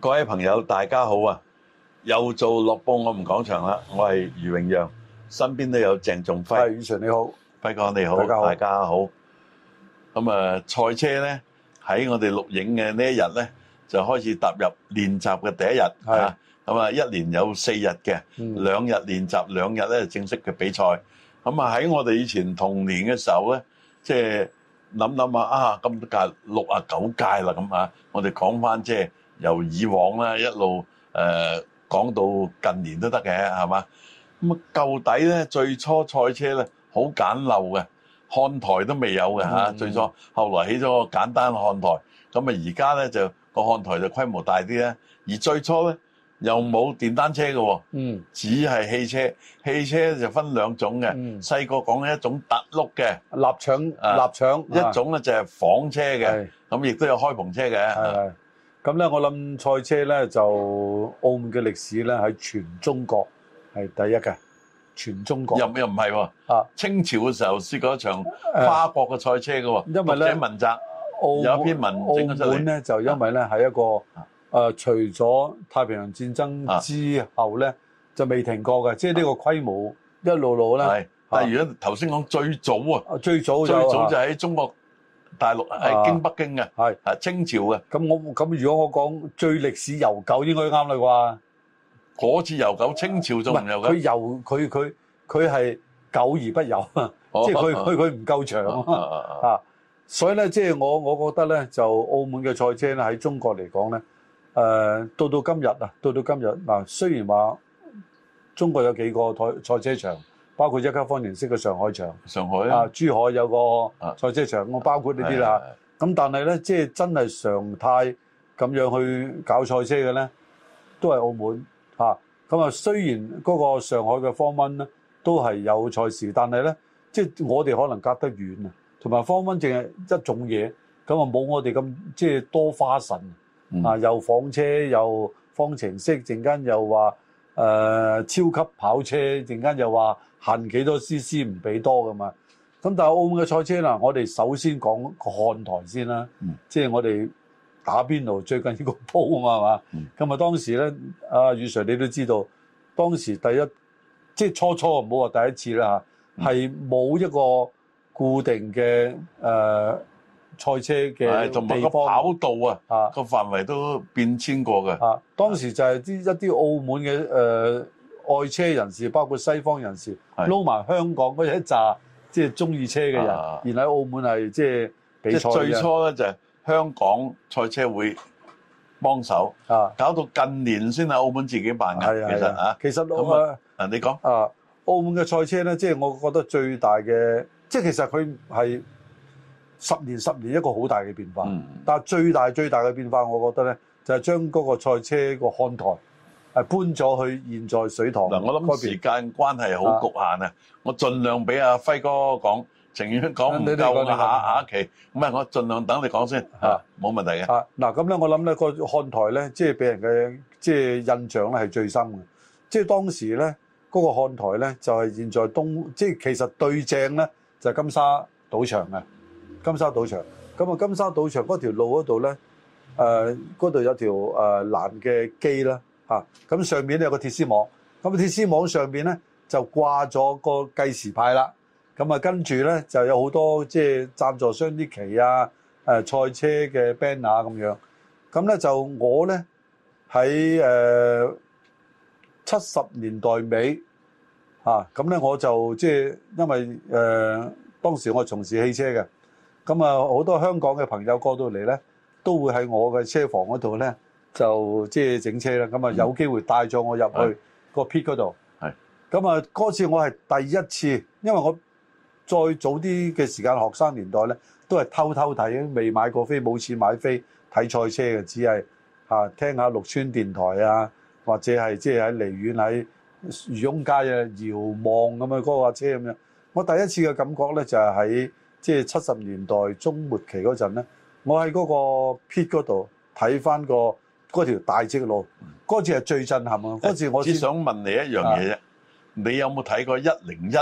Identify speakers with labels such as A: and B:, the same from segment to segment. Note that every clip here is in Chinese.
A: 各位朋友，大家好啊！又做樂報我們講場啦，我係余榮讓，身邊都有鄭仲
B: 係，
A: 輝，
B: 宇晨你好，
A: 輝哥你好，
B: 大家好
A: 大家好。咁啊，賽車咧喺我哋錄影嘅呢一日咧，就開始踏入練習嘅第一日
B: 係
A: 啊。咁啊，一連有四日嘅，
B: 嗯，
A: 兩日練習，兩日咧正式嘅比賽。咁啊，喺我哋以前童年嘅時候咧，即係諗諗啊，啊咁多屆六啊九屆啦咁啊，我哋講翻即係由以往啦，一路誒講到近年都得嘅，係嘛？咁啊，舊底咧最初賽車咧好簡陋嘅，看台都未有嘅嚇、
B: 嗯
A: 最初後來起咗個簡單看台，咁啊而家咧就個看台就規模大啲咧，而最初咧又冇電單車嘅喎、
B: 嗯，
A: 只係汽車，汽車就分兩種嘅。
B: 嗯
A: 細個講緊一種突碌嘅，
B: 臘腸，
A: 啊
B: 臘腸，
A: 一種咧就係房車嘅，
B: 啊係
A: 咁亦都有開篷車
B: 係
A: 嘅。
B: 係。咁咧，我諗賽車咧就澳門嘅歷史咧喺全中國係第一嘅，全中國
A: 又又唔係喎，
B: 啊，
A: 清朝嘅時候試過一場
B: 誒
A: 跨國嘅賽車嘅喎，
B: 因為
A: 讀者
B: 咧
A: 文摘
B: 澳
A: 有一篇文整咗出
B: 澳門
A: 嚟，
B: 咧就因為咧係一
A: 啊
B: 個誒，除咗太平洋戰爭之後咧就未停過嘅，即係呢個規模一路路咧，
A: 啊係。但係如果頭先講最早啊，
B: 啊最早
A: 最早就
B: 係
A: 喺中國大陸係
B: 啊
A: 經北京嘅，
B: 係
A: 啊清朝嘅
B: 咁我咁如果我講最歷史悠久應該啱啦啩？
A: 嗰次悠久，清朝仲唔悠
B: 佢
A: 久？
B: 遊佢佢佢係久而不遊啊，
A: 哦
B: 即係佢佢佢唔夠長
A: 啊
B: 啊，
A: 啊啊啊
B: 啊所以咧即係我我覺得咧就澳門嘅賽車咧喺中國嚟講咧，誒、到到今日啊，到到今日嗱、雖然話中國有幾個賽賽車場，包括一級方程式嘅上海場
A: 上海
B: 啊
A: 啊，，
B: 珠海有
A: 啊
B: 個賽車場，我包括呢啲啦。咁但係咧，即係真係常態咁樣去搞賽車嘅咧，都係澳門嚇。咁啊，雖然嗰個上海嘅方温咧都係有賽事，但係咧，即係我哋可能隔得遠啊，同埋方温淨係一種嘢，咁啊冇我哋咁即係多花神
A: 嗯
B: 啊，又房車又方程式，陣間又話誒、呃超級跑車，陣間又話限幾多 CC 唔俾多噶嘛。咁但係澳門嘅賽車嗱，我哋首先講個看台先啦，
A: 嗯
B: 即係我哋打邊爐最近呢個煲啊嘛，係
A: 嗯
B: 嘛？咁啊當時咧，阿宇 Sir 你都知道，當時第一即係初初唔好話第一次啦
A: 嗯
B: 嚇，係冇一個固定嘅誒、呃、賽車
A: 係
B: 嘅
A: 同埋
B: 地
A: 個
B: 方
A: 跑道啊。
B: 啊
A: 個範圍都變遷過嘅，
B: 啊！當時就係啲一啲澳門嘅誒、呃、愛車人士，包括西方人士，
A: 係
B: 撈埋香港嗰一紮即係中意車嘅人，
A: 啊
B: 然後喺澳門係即係
A: 即
B: 比賽
A: 係
B: 嘅
A: 最初咧就係香港賽車會幫手，
B: 啊，
A: 搞到近年先係澳門自己辦
B: 係
A: 嘅。其
B: 啊係
A: 實
B: 啊
A: 啊，，
B: 其實
A: 咁
B: 我啊
A: 啊你講
B: 啊，澳門嘅賽車咧，即係我覺得最大嘅，即係其實佢係十年十年一個好大嘅變化。
A: 嗯
B: 但係最大最大嘅變化，我覺得咧，就係將嗰個賽車個看台係搬咗去現在水塘
A: 嗱，我諗
B: 嗰邊
A: 時間關係好局限啊，我盡量俾阿輝哥講，情願講唔
B: 啊你你
A: 夠
B: 講
A: 我
B: 你
A: 下
B: 講
A: 下一期，唔係我盡量等你講先啊
B: 啊，
A: 冇問題嘅。
B: 啊，嗱咁咧，我諗咧個看台咧，即係俾人嘅即係印象咧係最深嘅。即係當時咧嗰、個看台咧，就係、現在東，即係其實對正咧就係金沙賭場嘅金沙賭場。咁啊，金沙賭場嗰條路嗰度咧，誒嗰度有條誒、呃、欄嘅機啦，嚇、咁上面咧有個鐵絲網，咁鐵絲網上邊咧就掛咗個計時牌啦。咁啊，跟住咧就有好多即係贊助商啲旗啊。誒、賽車嘅 banner 咁樣。咁咧就我咧喺誒七十年代尾啊，咁咧我就即係因為誒、呃、當時我從事汽車嘅，咁啊好多香港嘅朋友過到嚟咧，都會喺我嘅車房嗰度咧就即係整車啦。咁啊有機會帶咗我入
A: 係
B: 去個 pit 嗰度。
A: 係。
B: 咁啊嗰次我係第一次，因為我再早啲嘅時間學生年代咧，都係偷偷睇，未買過飛，冇錢買飛睇賽車嘅，只係嚇、啊、聽下綠村電台啊，或者係即係喺離遠喺漁翁街啊遙望咁樣嗰架車咁樣。我第一次嘅感覺咧就係喺即係七十年代中末期嗰陣咧，我喺嗰個 pit 嗰度睇翻個嗰條大直路，嗰次係最震撼啊！嗰次我
A: 只
B: 先啊
A: 想問你一樣嘢啫，你有冇睇過一零一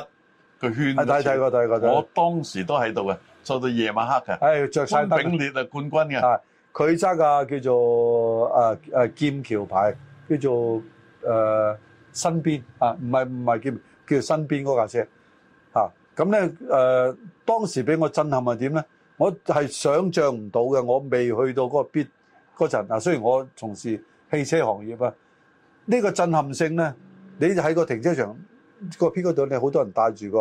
A: 個圈
B: 係
A: 嗰
B: 啊睇
A: 次？
B: 睇過睇過睇
A: 我
B: 過，
A: 當時都喺度嘅，坐到夜晚黑嘅，
B: 唉着晒
A: 潘
B: 燈
A: 炳。烈啊冠軍嘅。
B: 啊！佢揸架叫做誒誒劍橋牌，叫做誒新邊啊，唔係唔係劍，叫做新邊嗰架車嚇。咁咧誒，當時俾我震撼係點咧？我係想像唔到嘅，我未去到嗰個 bit 嗰陣啊。雖然我從事汽車行業啊，呢、個震撼性咧，你喺個停車場個 bit 嗰度，你好多人戴住個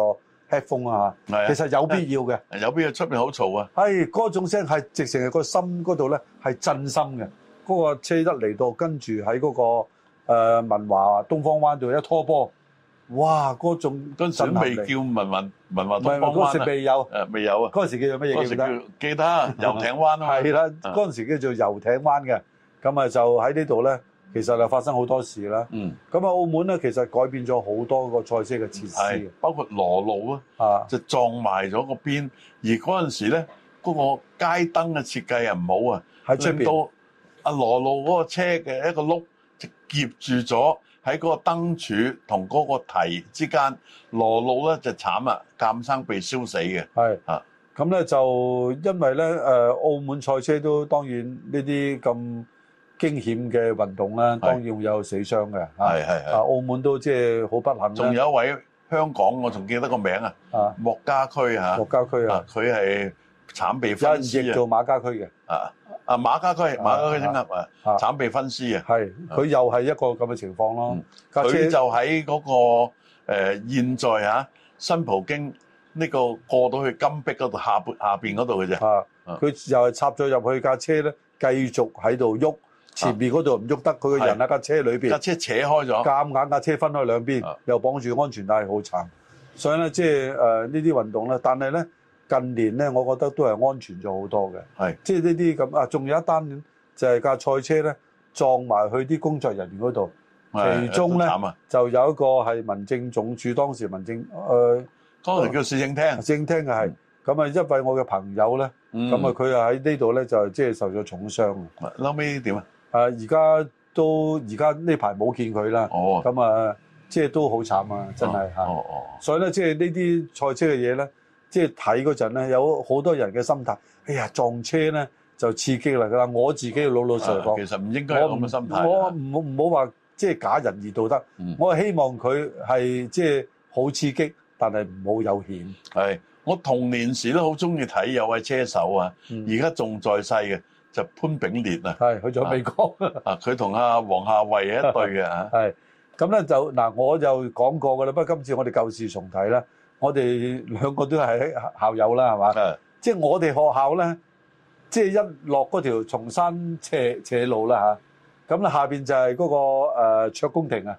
B: headphone 啊，
A: 係啊
B: 其實有必要嘅。
A: 有邊個出面好嘈啊？
B: 係嗰種聲係直情係個心嗰度咧係震心嘅，嗰、個車一嚟到，跟住喺嗰個、呃、文華東方灣度一拖波，哇！嗰種
A: 嗰陣時
B: 震
A: 都
B: 撼
A: 未
B: 力
A: 叫文運文
B: 唔
A: 運
B: 係
A: 東
B: 唔
A: 方
B: 係嗰時
A: 灣啊？
B: 未有，
A: 誒未有啊？
B: 嗰時叫做乜嘢
A: 嗰
B: 記唔
A: 時
B: 記得？
A: 叫記得啊遊艇灣啊嘛
B: 係啦，嗰陣時叫做遊艇灣嘅，咁啊就喺呢度咧，其實就發生好多事啦。
A: 嗯，
B: 咁啊，澳門咧其實改變咗好多個賽車嘅設施
A: 係包括羅路啊，
B: 啊，
A: 就撞埋咗個邊，而嗰陣時咧嗰、個街燈嘅設計又唔好啊，
B: 喺出
A: 令
B: 邊
A: 到阿羅路嗰個車嘅一個轆就夾住咗喺嗰個燈柱同嗰個堤之間，羅路咧就慘啦，鑑生被燒死嘅。
B: 係
A: 啊
B: 咁咧就因為咧誒、呃澳門賽車都當然呢啲咁驚險嘅運動啦，當然會有死傷嘅嚇。
A: 係係
B: 啊，
A: 係。
B: 澳門都即係好不幸
A: 仲
B: 啦
A: 有一位香港，我仲記得個名啊，
B: 啊，
A: 莫家駒嚇，
B: 國家區
A: 啊，
B: 啊
A: 佢係慘被
B: 有
A: 分
B: 人譯
A: 屍
B: 做馬家區嘅，
A: 啊，啊啊馬家駒，馬家駒先啱啊，
B: 啊
A: 慘被分屍啊，
B: 係佢又係一個咁嘅情況咯
A: 嗯。
B: 架車
A: 佢就喺嗰個誒現在嚇新葡京呢個過到去金碧嗰度下半下邊嗰度嘅啫。
B: 啊，
A: 啊
B: 佢又係插咗入去架車咧，繼續喺度喐，前面嗰度唔喐得，佢個人喺架車裏邊
A: 架。車扯開咗，
B: 夾硬架車分開兩邊
A: 啊，
B: 又綁住安全帶，好慘。所以咧，即係誒呢啲運動咧，但係咧近年咧，我覺得都係安全咗好多嘅。
A: 係
B: 即係呢啲咁啊，仲有一單就係架賽車咧撞埋去啲工作人員嗰度，
A: 係
B: 其中咧
A: 都慘啊
B: 就有一個係民政總署當時民政誒、呃、
A: 當時叫市政廳，
B: 正廳嘅
A: 嗯
B: 係，咁啊因為我嘅朋友咧，咁啊
A: 咁
B: 佢啊喺呢度咧就即係受咗重傷。誒
A: 啊，後尾點啊？
B: 而家都而家呢排冇見佢啦。
A: 哦，
B: 咁啊，即係都好慘啊，真係嚇。
A: 哦哦，
B: 所以咧，即係呢啲賽車嘅嘢咧，即係睇嗰陣咧，有好多人嘅心態，哎呀撞車咧就刺激啦㗎啦。我自己老老
A: 啊
B: 實實講，
A: 其實唔應該有
B: 我
A: 咁
B: 唔
A: 嘅心
B: 我
A: 態。啊
B: 唔好唔好話即係假仁義道德。
A: 嗯
B: 我希望佢係即係好刺激，但係唔好有險。
A: 係我童年時都好中意睇有位車手啊，
B: 嗯，
A: 而家仲在世嘅就潘炳烈啊，
B: 係去咗美國。
A: 啊佢同阿黃夏慧係一對嘅啊，
B: 係咁咧就嗱，我就講過㗎啦。不過今次我哋舊事重提啦，我哋兩個都係喺校友啦，係嘛？
A: 啊
B: 即係我哋學校咧，即係一落嗰條松山斜斜路啦嚇，咁咧下邊就係嗰、個、呃、卓公亭啊。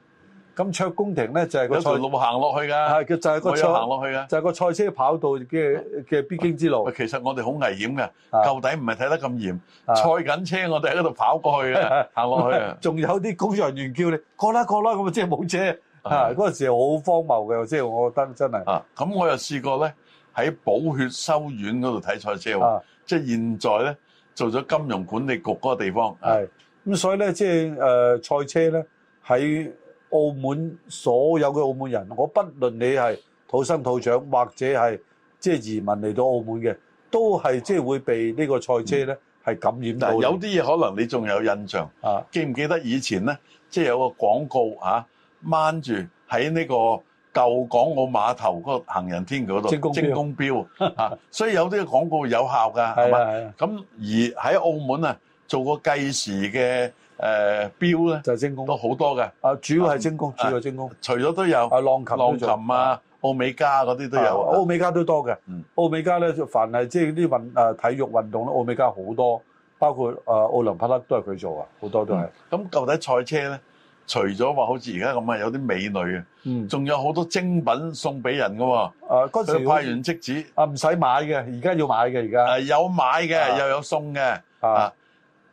B: 咁卓公亭咧就係、
A: 有
B: 個賽
A: 條路行落去㗎，
B: 係嘅，就係、個
A: 我
B: 賽哦
A: 有行啊落去㗎。
B: 就係個賽車跑道嘅嘅必經之路
A: 喂，。其實我哋好危險嘅，
B: 啊
A: 舊底唔係睇得咁嚴，
B: 啊
A: 賽緊車我哋喺度跑過去 嘅，行落去啊。
B: 仲有啲工作人員叫你過啦過啦，咁啊即係冇車啊！嗰陣時好荒謬嘅，即係我覺得真係
A: 啊，咁我又試過咧喺寶血修院嗰度睇賽車喎，
B: 啊。
A: 即係現在咧做咗金融管理局嗰個地方，啊
B: 係咁，所以咧，即係誒賽車咧喺澳門所有嘅澳門人，我不論你係土生土長或者係即係移民嚟到澳門嘅，都係即係會被呢個賽車咧係感染到
A: 但
B: 嘅。
A: 係有啲嘢可能你仲有印象，
B: 啊
A: 記唔記得以前咧，即係有個廣告啊，掹住喺呢個舊港澳碼頭嗰個行人天橋
B: 精工
A: 度，
B: 錶
A: 精工標 啊，所以有啲廣告有效㗎，係
B: 係
A: 嘛？
B: 啊係啊，
A: 咁而喺澳門啊，做個計時嘅誒錶咧，
B: 就係精
A: 都
B: 工
A: 好多嘅，
B: 啊，主要係精工，主要係精工
A: 除咗都有
B: 啊，浪琴都
A: 浪
B: 做
A: 琴啊、奧美加嗰啲都有
B: 啊
A: 啊。
B: 奧美加都多嘅
A: 嗯。
B: 奧美加咧，就凡係即係啲運誒體育運動咧，奧美加好多，包括誒奧林匹克都係佢做啊，好多都係。
A: 咁舊底賽車咧，除咗話好似而家咁啊，有啲美女啊，
B: 嗯，
A: 仲有好多精品送俾人嘅喎。
B: 誒啊嗰陣
A: 佢
B: 時
A: 派完即止，
B: 啊，唔使買嘅，而家要買嘅，而家
A: 誒有買
B: 啊
A: 嘅，又有送嘅。
B: 啊
A: 啊，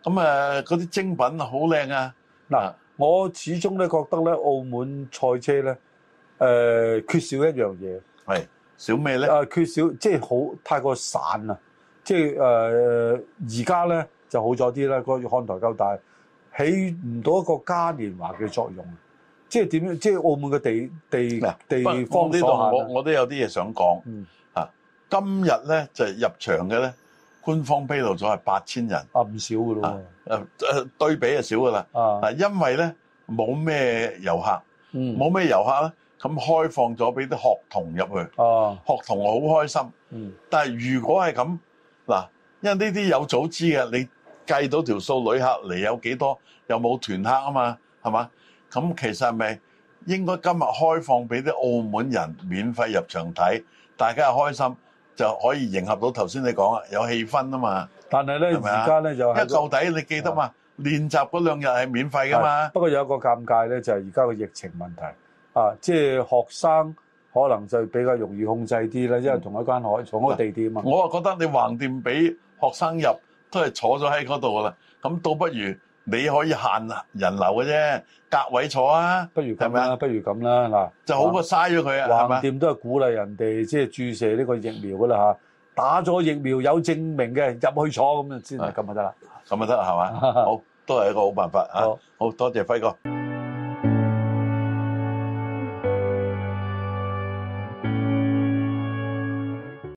A: 咁誒嗰啲精品好靚啊。
B: 嗱，我始終咧覺得咧，澳門賽車咧，誒、缺少一樣嘢，
A: 係小咩咧
B: 誒、？缺少即係好太過散啊，即係誒而家咧就好咗啲啦，個看台夠大，起唔到一個嘉年華嘅作用，即係點樣？即係澳門嘅地地
A: 嗱
B: 地
A: 不過
B: 方
A: 呢
B: 所
A: 度我
B: 限啊
A: 我都有啲嘢想講。
B: 嗯
A: 今日咧就入場嘅咧官方披露咗係八千人，
B: 啊唔少噶咯
A: 誒誒對比就少㗎啦。
B: 喎，啊，
A: 嗱，因為咧冇咩遊客，
B: 嗯，
A: 冇咩遊客咧，咁開放咗俾啲學童入去，
B: 啊，
A: 學童好開心。
B: 嗯，
A: 但係如果係咁，嗱，因為呢啲有早知嘅，你計到條數旅客嚟有幾多，又冇團客啊嘛，係嘛？咁其實係咪應該今日開放俾啲澳門人免費入場睇，大家開心就可以迎合到頭先你講啊，有氣氛啊嘛。
B: 但係咧
A: 係咪啊
B: 而家咧就
A: 因為
B: 係個
A: 舊底你記得嘛，練習嗰兩日係免費噶嘛。
B: 不過有一個尷尬咧，就係而家個疫情問題啊，即係學生可能就比較容易控制啲
A: 嗯
B: 咧，因為同一間海，同一個地點啊。
A: 我啊覺得你橫掂俾學生入，都係坐咗喺嗰度噶啦。咁倒不如你可以限人流嘅啫，隔位坐啊，
B: 不如咁
A: 係咪
B: 啦，
A: 啊
B: 不如咁啦，
A: 就好過嘥咗佢
B: 嗱，
A: 啊，係
B: 橫
A: 嘛？
B: 掂都係鼓勵人哋即係注射呢個疫苗噶啦嚇，打咗疫苗有證明嘅入去坐咁就先，
A: 係
B: 咁就得啦。
A: 咁咪得係嘛？好，都係一個好辦法啊！
B: 好
A: 好多謝輝哥。